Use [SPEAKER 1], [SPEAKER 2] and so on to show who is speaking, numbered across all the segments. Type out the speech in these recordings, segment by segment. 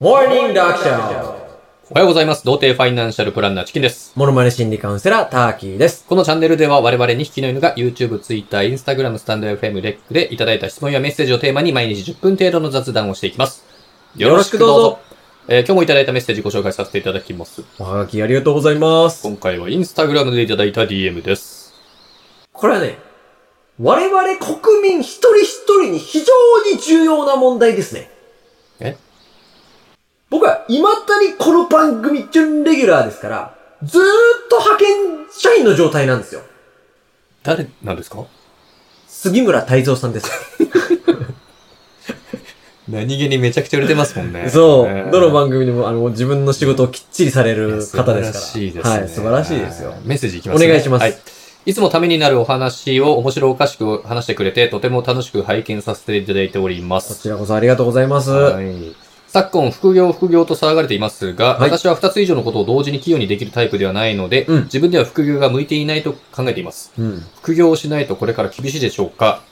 [SPEAKER 1] モーニングダクション
[SPEAKER 2] おはようございます。童貞ファイナンシャルプランナーチキンです。
[SPEAKER 1] モノマネ心理カウンセラー、ターキーです。
[SPEAKER 2] このチャンネルでは我々2匹の犬が YouTube、Twitter、Instagram、スタンド FM、レックでいただいた質問やメッセージをテーマに毎日10分程度の雑談をしていきます。よろしくどうぞ。えー今日もいただいたメッセージご紹介させていただきます。
[SPEAKER 1] おはがきありがとうございます。
[SPEAKER 2] 今回は Instagram でいただいた DM です。
[SPEAKER 1] これはね、我々国民一人一人に非常に重要な問題ですね。
[SPEAKER 2] え
[SPEAKER 1] 僕は未だにこの番組準レギュラーですから、ずーっと派遣社員の状態なんですよ。
[SPEAKER 2] 誰なんですか
[SPEAKER 1] 杉村太蔵さんです。
[SPEAKER 2] 何気にめちゃくちゃ売れてますもん ね。ね
[SPEAKER 1] そう。どの番組でも、あの、自分の仕事をきっちりされる方ですから。
[SPEAKER 2] 素晴らしいですね。
[SPEAKER 1] はい、素晴らしいですよ。。
[SPEAKER 2] メッセージいきます、ね。
[SPEAKER 1] お願いします
[SPEAKER 2] はい。いつもためになるお話を面白おかしく話してくれて、とても楽しく拝見させていただいており
[SPEAKER 1] こ
[SPEAKER 2] ます。
[SPEAKER 1] ちらこそありがとうございます。
[SPEAKER 2] はい。昨今、副業、副業と騒がれていますが、
[SPEAKER 1] はい
[SPEAKER 2] 私は2つ以上のことを同時に器用にできるタイプではないので、
[SPEAKER 1] うん
[SPEAKER 2] 自分では副業が向いていないと考えています。
[SPEAKER 1] うん。
[SPEAKER 2] 副業をしないとこれから厳しいでしょうか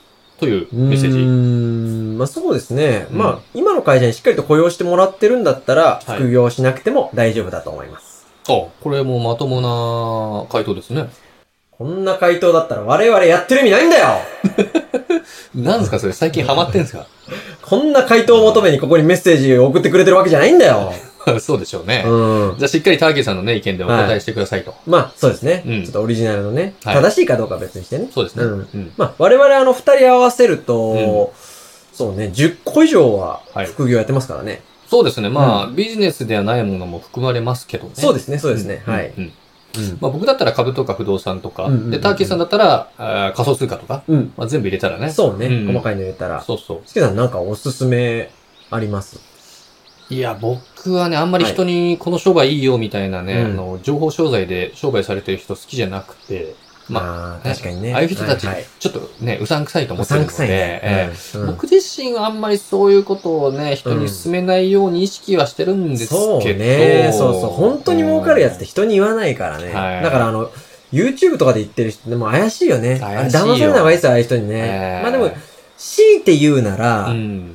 [SPEAKER 2] というメッセージ。
[SPEAKER 1] うーん。まあそうですね。
[SPEAKER 2] うん
[SPEAKER 1] まあ、今の会社にしっかりと雇用してもらってるんだったら、
[SPEAKER 2] はい
[SPEAKER 1] 副業しなくても大丈夫だと思います。
[SPEAKER 2] あ、これもまともな回答ですね。
[SPEAKER 1] こんな回答だったら我々やってる意味ないん だよ
[SPEAKER 2] なんですかそれ最近ハマってんですか
[SPEAKER 1] こんな回答を求めにここにメッセージを送ってくれてるわけじゃないんだよ
[SPEAKER 2] そうでしょうね。
[SPEAKER 1] うん。
[SPEAKER 2] じゃあしっかりターゲーさんのね、意見でお答えしてくださいと。
[SPEAKER 1] まあそうですね。
[SPEAKER 2] うん
[SPEAKER 1] ちょっとオリジナルのね。
[SPEAKER 2] はい
[SPEAKER 1] 正しいかどうかは別にしてね。
[SPEAKER 2] そうですね。
[SPEAKER 1] うん
[SPEAKER 2] うん。
[SPEAKER 1] まあ我々あの二人合わせると、そうね、10個以上は
[SPEAKER 2] はい
[SPEAKER 1] 副業やってますからね。
[SPEAKER 2] そうですね。まあ、ビジネスではないものも含まれますけどね。
[SPEAKER 1] そう
[SPEAKER 2] で
[SPEAKER 1] ですね、そうですね。はい。
[SPEAKER 2] うん。
[SPEAKER 1] うん
[SPEAKER 2] まあ、僕だったら株とか不動産とか、
[SPEAKER 1] うんうんうんうん
[SPEAKER 2] で、ターキーさんだったら、あー仮想通貨とか、
[SPEAKER 1] うん。
[SPEAKER 2] まあ、全部入れたらね。
[SPEAKER 1] そうね、
[SPEAKER 2] うん
[SPEAKER 1] 細かいの入れたら。
[SPEAKER 2] そうそう。
[SPEAKER 1] つけさんなんかおすすめあります
[SPEAKER 2] いや、僕はね、あんまり人にこの商売いいよみたいな
[SPEAKER 1] うん
[SPEAKER 2] ね、あの、情報商材で商売されてる人好きじゃなくて、ま
[SPEAKER 1] まあー、
[SPEAKER 2] ね
[SPEAKER 1] 確かにね。
[SPEAKER 2] ああいう人たち
[SPEAKER 1] はいはい、
[SPEAKER 2] ちょっとね、うさんくさいと思
[SPEAKER 1] お
[SPEAKER 2] ってる
[SPEAKER 1] さん
[SPEAKER 2] ので、
[SPEAKER 1] くさいね
[SPEAKER 2] え。
[SPEAKER 1] う
[SPEAKER 2] え
[SPEAKER 1] んうん
[SPEAKER 2] 僕自身はあんまりそういうことをね、人に勧めないように意識はしてるんですけど。
[SPEAKER 1] そうね。そうそう。本当に儲かるやつって人に言わないからね。
[SPEAKER 2] はい
[SPEAKER 1] だからあの、YouTube とかで言ってる人でも怪しいよね。あれ
[SPEAKER 2] 怪しいよ
[SPEAKER 1] 騙されない方がいいですよ、ああいう人にね
[SPEAKER 2] え。え
[SPEAKER 1] まあでも、強いて言うなら、
[SPEAKER 2] うん。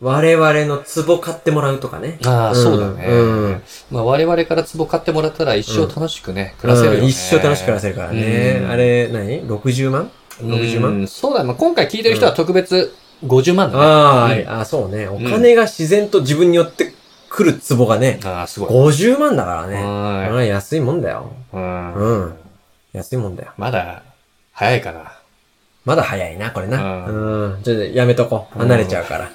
[SPEAKER 1] 我々の壺買ってもらうとかね。
[SPEAKER 2] あ
[SPEAKER 1] う
[SPEAKER 2] あ、
[SPEAKER 1] ん
[SPEAKER 2] そうだね。
[SPEAKER 1] うん
[SPEAKER 2] まあ、我々から壺買ってもらったら一生楽しくね、暮らせるよ、
[SPEAKER 1] う
[SPEAKER 2] ね。
[SPEAKER 1] ん一生楽しく暮らせるからね。
[SPEAKER 2] うん
[SPEAKER 1] あれ、何 ?60 万 ?60
[SPEAKER 2] う
[SPEAKER 1] 万
[SPEAKER 2] んそうだね。まあ、今回聞いてる人は特別50万だね。
[SPEAKER 1] あ
[SPEAKER 2] うん
[SPEAKER 1] ーあ、そうね。お金が自然と自分によって来る壺がね、
[SPEAKER 2] ああ、すごい。
[SPEAKER 1] 50万だからね。あ
[SPEAKER 2] は
[SPEAKER 1] れ安いもんだよ。
[SPEAKER 2] い。うん
[SPEAKER 1] うん。安いもんだよ。
[SPEAKER 2] まだ、早いかな。
[SPEAKER 1] まだ早いな、これな。
[SPEAKER 2] う
[SPEAKER 1] うん。ちょっとやめとこう。離れちゃうから。うん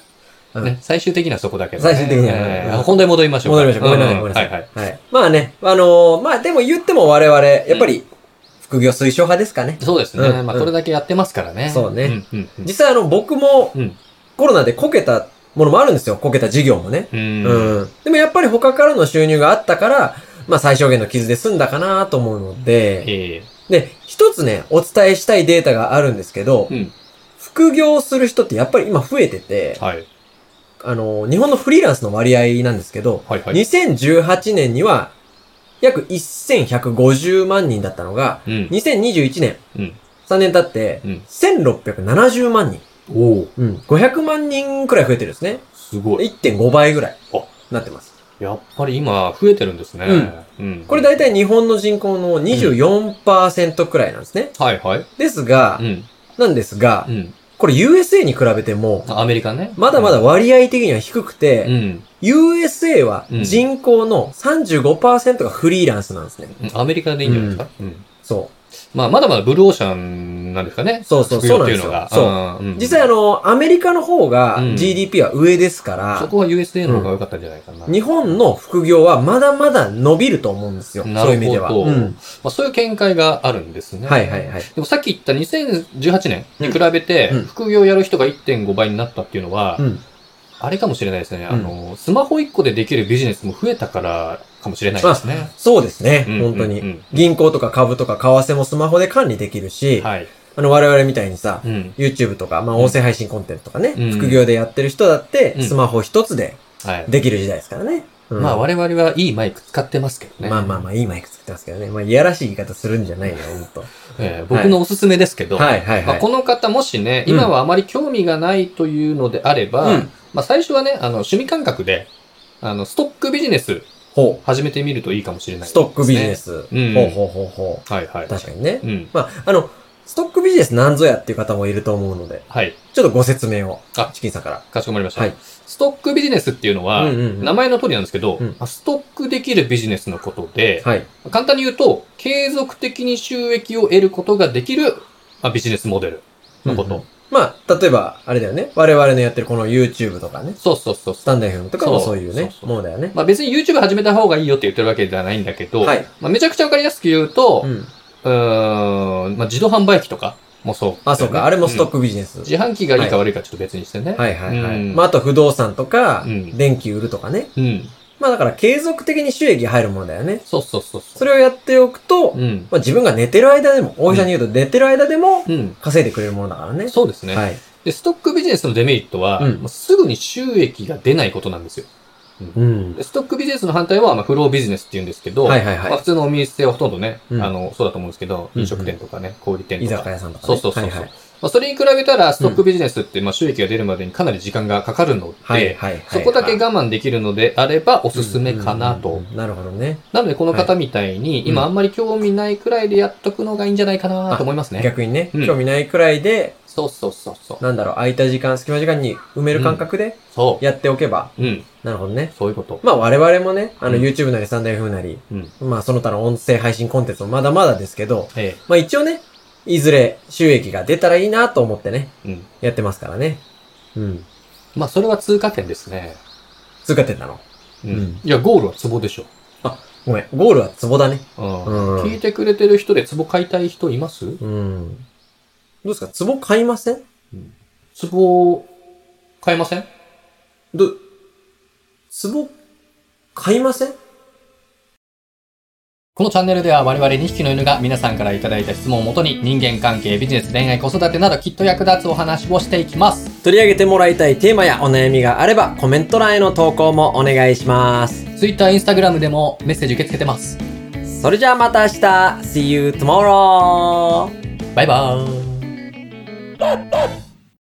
[SPEAKER 2] ね、最終的にはそこだけどね、
[SPEAKER 1] 最終的には
[SPEAKER 2] え
[SPEAKER 1] うん
[SPEAKER 2] ー本題戻りましょうか。
[SPEAKER 1] 戻りましょうごめんなさい
[SPEAKER 2] うん
[SPEAKER 1] ごめんなさい
[SPEAKER 2] はいはい。
[SPEAKER 1] はい。まあね、あのー、まあでも言っても我々、やっぱり、副業推奨派ですかね。
[SPEAKER 2] そうですね。
[SPEAKER 1] うん
[SPEAKER 2] まあ、
[SPEAKER 1] うん
[SPEAKER 2] これだけやってますからね。
[SPEAKER 1] そうね。
[SPEAKER 2] うん、うん、
[SPEAKER 1] 実際あの、僕も
[SPEAKER 2] うん、
[SPEAKER 1] コロナでこけたものもあるんですよ。こけた事業もね。
[SPEAKER 2] うん。うん。
[SPEAKER 1] うん。でもやっぱり他からの収入があったから、まあ最小限の傷で済んだかなと思うので、
[SPEAKER 2] ええ
[SPEAKER 1] で、一つね、お伝えしたいデータがあるんですけど、
[SPEAKER 2] うん
[SPEAKER 1] 副業をする人ってやっぱり今増えてて、
[SPEAKER 2] はい。
[SPEAKER 1] あの、日本のフリーランスの割合なんですけど、
[SPEAKER 2] はいはい。
[SPEAKER 1] 2018年には約1150万人だったのが、
[SPEAKER 2] うん。
[SPEAKER 1] 2021年、
[SPEAKER 2] うん
[SPEAKER 1] 3年経って
[SPEAKER 2] う、ん。
[SPEAKER 1] 1670万人、
[SPEAKER 2] おお
[SPEAKER 1] うん、500万人くらい増えてるんですね。
[SPEAKER 2] すごい。
[SPEAKER 1] 1.5倍ぐらい
[SPEAKER 2] あ
[SPEAKER 1] なってます。
[SPEAKER 2] やっぱり今、増えてるんですね。うん。
[SPEAKER 1] これ大体日本の人口の24%くらいなんですね。
[SPEAKER 2] はいはい。
[SPEAKER 1] ですが
[SPEAKER 2] う、ん。
[SPEAKER 1] なんですが
[SPEAKER 2] う、ん。
[SPEAKER 1] これ USA に比べても、
[SPEAKER 2] アメリカね。
[SPEAKER 1] まだまだ割合的には低く
[SPEAKER 2] う
[SPEAKER 1] て、
[SPEAKER 2] ん。
[SPEAKER 1] USA は
[SPEAKER 2] うん
[SPEAKER 1] 人口の35%がフリーランスなんですね。
[SPEAKER 2] うん。アメリカでいいんじゃないですか。うん。
[SPEAKER 1] そう。
[SPEAKER 2] まあ、まだまだブルーオーシャンなんですかね。
[SPEAKER 1] そうそう
[SPEAKER 2] 副業
[SPEAKER 1] そうなん
[SPEAKER 2] って
[SPEAKER 1] で
[SPEAKER 2] い
[SPEAKER 1] すよ
[SPEAKER 2] うのが。
[SPEAKER 1] そう
[SPEAKER 2] うんうん
[SPEAKER 1] 実際あの、アメリカの方が
[SPEAKER 2] うん
[SPEAKER 1] GDP は上ですから、
[SPEAKER 2] そこは USA の方が良かったんじゃないかな。
[SPEAKER 1] 日本の副業はまだまだ伸びると思うんですよ。そう
[SPEAKER 2] なるほど
[SPEAKER 1] いう意味では。うん
[SPEAKER 2] まあ、そういう見解があるんですね。
[SPEAKER 1] はいはいはい。
[SPEAKER 2] でもさっき言った2018年に比べて
[SPEAKER 1] うんうん、
[SPEAKER 2] 副業やる人が1.5倍になったっていうのは、
[SPEAKER 1] うん。
[SPEAKER 2] あれかもしれないですね。
[SPEAKER 1] ん
[SPEAKER 2] あの、スマホ1個でできるビジネスも増えたからかもしれないですね。
[SPEAKER 1] そうですね。
[SPEAKER 2] うん
[SPEAKER 1] 本当
[SPEAKER 2] うんう
[SPEAKER 1] に。
[SPEAKER 2] ん
[SPEAKER 1] 銀行とか株とか為替もスマホで管理できるし、
[SPEAKER 2] はい。
[SPEAKER 1] あの我々みたいにさ、
[SPEAKER 2] うん。
[SPEAKER 1] YouTube とか、まあ音声配信コンテンツとかね、
[SPEAKER 2] うん
[SPEAKER 1] 副業でやってる人だって、
[SPEAKER 2] うん
[SPEAKER 1] スマホ一つで
[SPEAKER 2] はい。
[SPEAKER 1] できる時代ですからね。うん
[SPEAKER 2] まあ、我々はいいマイク使ってますけどね。
[SPEAKER 1] まあまあまあ、いいマイク作ってますけどね。まあ、いやらしい言い方するんじゃないよ、ほんと。
[SPEAKER 2] えー僕のおすすめですけど、
[SPEAKER 1] はいはい
[SPEAKER 2] ま
[SPEAKER 1] は
[SPEAKER 2] あ、
[SPEAKER 1] い。
[SPEAKER 2] この方もしね、
[SPEAKER 1] うん
[SPEAKER 2] 今はあまり興味がないというのであれば、
[SPEAKER 1] うん
[SPEAKER 2] まあ、最初はね、あの、趣味感覚で、あの、ストックビジネス
[SPEAKER 1] ほ
[SPEAKER 2] 始めてみるといいかもしれ
[SPEAKER 1] う。
[SPEAKER 2] ない、
[SPEAKER 1] ストックビジネ
[SPEAKER 2] ス。
[SPEAKER 1] ス。
[SPEAKER 2] うん
[SPEAKER 1] ほうほうほうほ。。
[SPEAKER 2] はいはいう
[SPEAKER 1] 確かにね。
[SPEAKER 2] うん。
[SPEAKER 1] まあ、あの、ストックビジネスなんぞやっていう方もいると思うので、
[SPEAKER 2] はい。
[SPEAKER 1] ちょっとご説明を。
[SPEAKER 2] あ
[SPEAKER 1] チキンさんから。
[SPEAKER 2] かしこまりました。
[SPEAKER 1] はい
[SPEAKER 2] ストックビジネスっていうのは、
[SPEAKER 1] うんうんうん
[SPEAKER 2] 名前の通りなんですけど、
[SPEAKER 1] うん
[SPEAKER 2] まあストックできるビジネスのことで、
[SPEAKER 1] はい。
[SPEAKER 2] 簡単に言うと、継続的に収益を得ることができる、まあ、ビジネスモデルのこと。
[SPEAKER 1] うんうんまあ、例えば、あれだよね。我々のやってるこの YouTube とかね。
[SPEAKER 2] そうそうそう
[SPEAKER 1] ス
[SPEAKER 2] そう。
[SPEAKER 1] タンダイフとかもそういうね、
[SPEAKER 2] そうそうそう
[SPEAKER 1] ものだよね。
[SPEAKER 2] まあ別に YouTube 始めた方がいいよって言ってるわけではないんだけど、
[SPEAKER 1] はい。
[SPEAKER 2] まあ、めちゃくちゃわかりやすく言うと、う
[SPEAKER 1] うん。
[SPEAKER 2] ーん、まあ自動販売機とかもそう、
[SPEAKER 1] あ、そうか。あれもストッ
[SPEAKER 2] ク、
[SPEAKER 1] クビジネス。
[SPEAKER 2] 自販機がいいか悪いかちょっと別にしてね。
[SPEAKER 1] はいはいはい。
[SPEAKER 2] うん
[SPEAKER 1] まあ、あと不動産とか
[SPEAKER 2] う、ん
[SPEAKER 1] 電気売るとかね。
[SPEAKER 2] うん。
[SPEAKER 1] まあ、だから継続的に収益入るものだよね。
[SPEAKER 2] そうそうそうそう。
[SPEAKER 1] それをやっておくと、
[SPEAKER 2] うん。
[SPEAKER 1] まあ、自分が寝てる間でも、大げさに言うと寝てる間でも
[SPEAKER 2] うん。
[SPEAKER 1] 稼いでくれるものだからね。
[SPEAKER 2] そうですね。
[SPEAKER 1] はい。
[SPEAKER 2] で、ストックビジネスのデメリットは、
[SPEAKER 1] うん
[SPEAKER 2] まあすぐに収益が出ないことなんですよ。
[SPEAKER 1] うん
[SPEAKER 2] で。ストックビジネスの反対は、まあ、フロービジネスって言うんですけど、
[SPEAKER 1] はいはい
[SPEAKER 2] まあ、
[SPEAKER 1] は
[SPEAKER 2] 普通のお店はほとんどね、
[SPEAKER 1] うん
[SPEAKER 2] あの、そうだと思うんですけど、
[SPEAKER 1] うん
[SPEAKER 2] 飲食店とかね、小売店
[SPEAKER 1] い。居
[SPEAKER 2] と
[SPEAKER 1] 酒
[SPEAKER 2] か。
[SPEAKER 1] 屋さんとか、ね。
[SPEAKER 2] そうそうそうそう、
[SPEAKER 1] はいはい。
[SPEAKER 2] まあ、それに比べたら、ストックビジネスって、まあ、収益が出るまでにかなり時間がかかるので、
[SPEAKER 1] はいはいはい、
[SPEAKER 2] そこだけ我慢できるのであれば、おすすめかなと。
[SPEAKER 1] うんうんうんなるほどね。
[SPEAKER 2] なので、この方みたいに、
[SPEAKER 1] い
[SPEAKER 2] 今あんまり興味ないくらいでやっとくのがいいんじゃないかなと思いますね。
[SPEAKER 1] 逆にね、
[SPEAKER 2] うん
[SPEAKER 1] 興味ないくらいで、
[SPEAKER 2] そうそうそうそう。
[SPEAKER 1] なんだろう、空いた時間、隙間時間に埋める感覚で
[SPEAKER 2] そ
[SPEAKER 1] やっておけば、
[SPEAKER 2] う。うん。
[SPEAKER 1] なるほどね。
[SPEAKER 2] そういうこと。
[SPEAKER 1] まあ我々もね、あの
[SPEAKER 2] うん
[SPEAKER 1] YouTube なりスタンダイフなり、
[SPEAKER 2] うん。
[SPEAKER 1] まあその他の音声配信コンテンツもまだまだですけど、
[SPEAKER 2] え
[SPEAKER 1] まあ一応ね、いずれ収益が出たらいいなと思ってね、
[SPEAKER 2] え。うん。
[SPEAKER 1] やってますからね。うん。
[SPEAKER 2] まあ、それは通過点ですね。
[SPEAKER 1] 通過点なの。
[SPEAKER 2] うん。
[SPEAKER 1] うん
[SPEAKER 2] いや、ゴールはツボでしょ。
[SPEAKER 1] ごめん。ゴールはツボだね。
[SPEAKER 2] うん
[SPEAKER 1] うん。
[SPEAKER 2] 聞いてくれてる人で壺買いたい人います
[SPEAKER 1] うん。どうですかツボ買いません
[SPEAKER 2] 壺、買えません
[SPEAKER 1] ど、ツボ買いません
[SPEAKER 2] このチャンネルでは我々2匹の犬が皆さんからいただいた質問をもとに人間関係、ビジネス、恋愛、子育てなどきっと役立つお話をしていきます。
[SPEAKER 1] 取り上げてもらいたいテーマやお悩みがあればコメント欄への投稿もお願いします。
[SPEAKER 2] Twitter、Instagram でもメッセージ受け付けてます。
[SPEAKER 1] それじゃあまた明日 !See you tomorrow!
[SPEAKER 2] バイバーイ。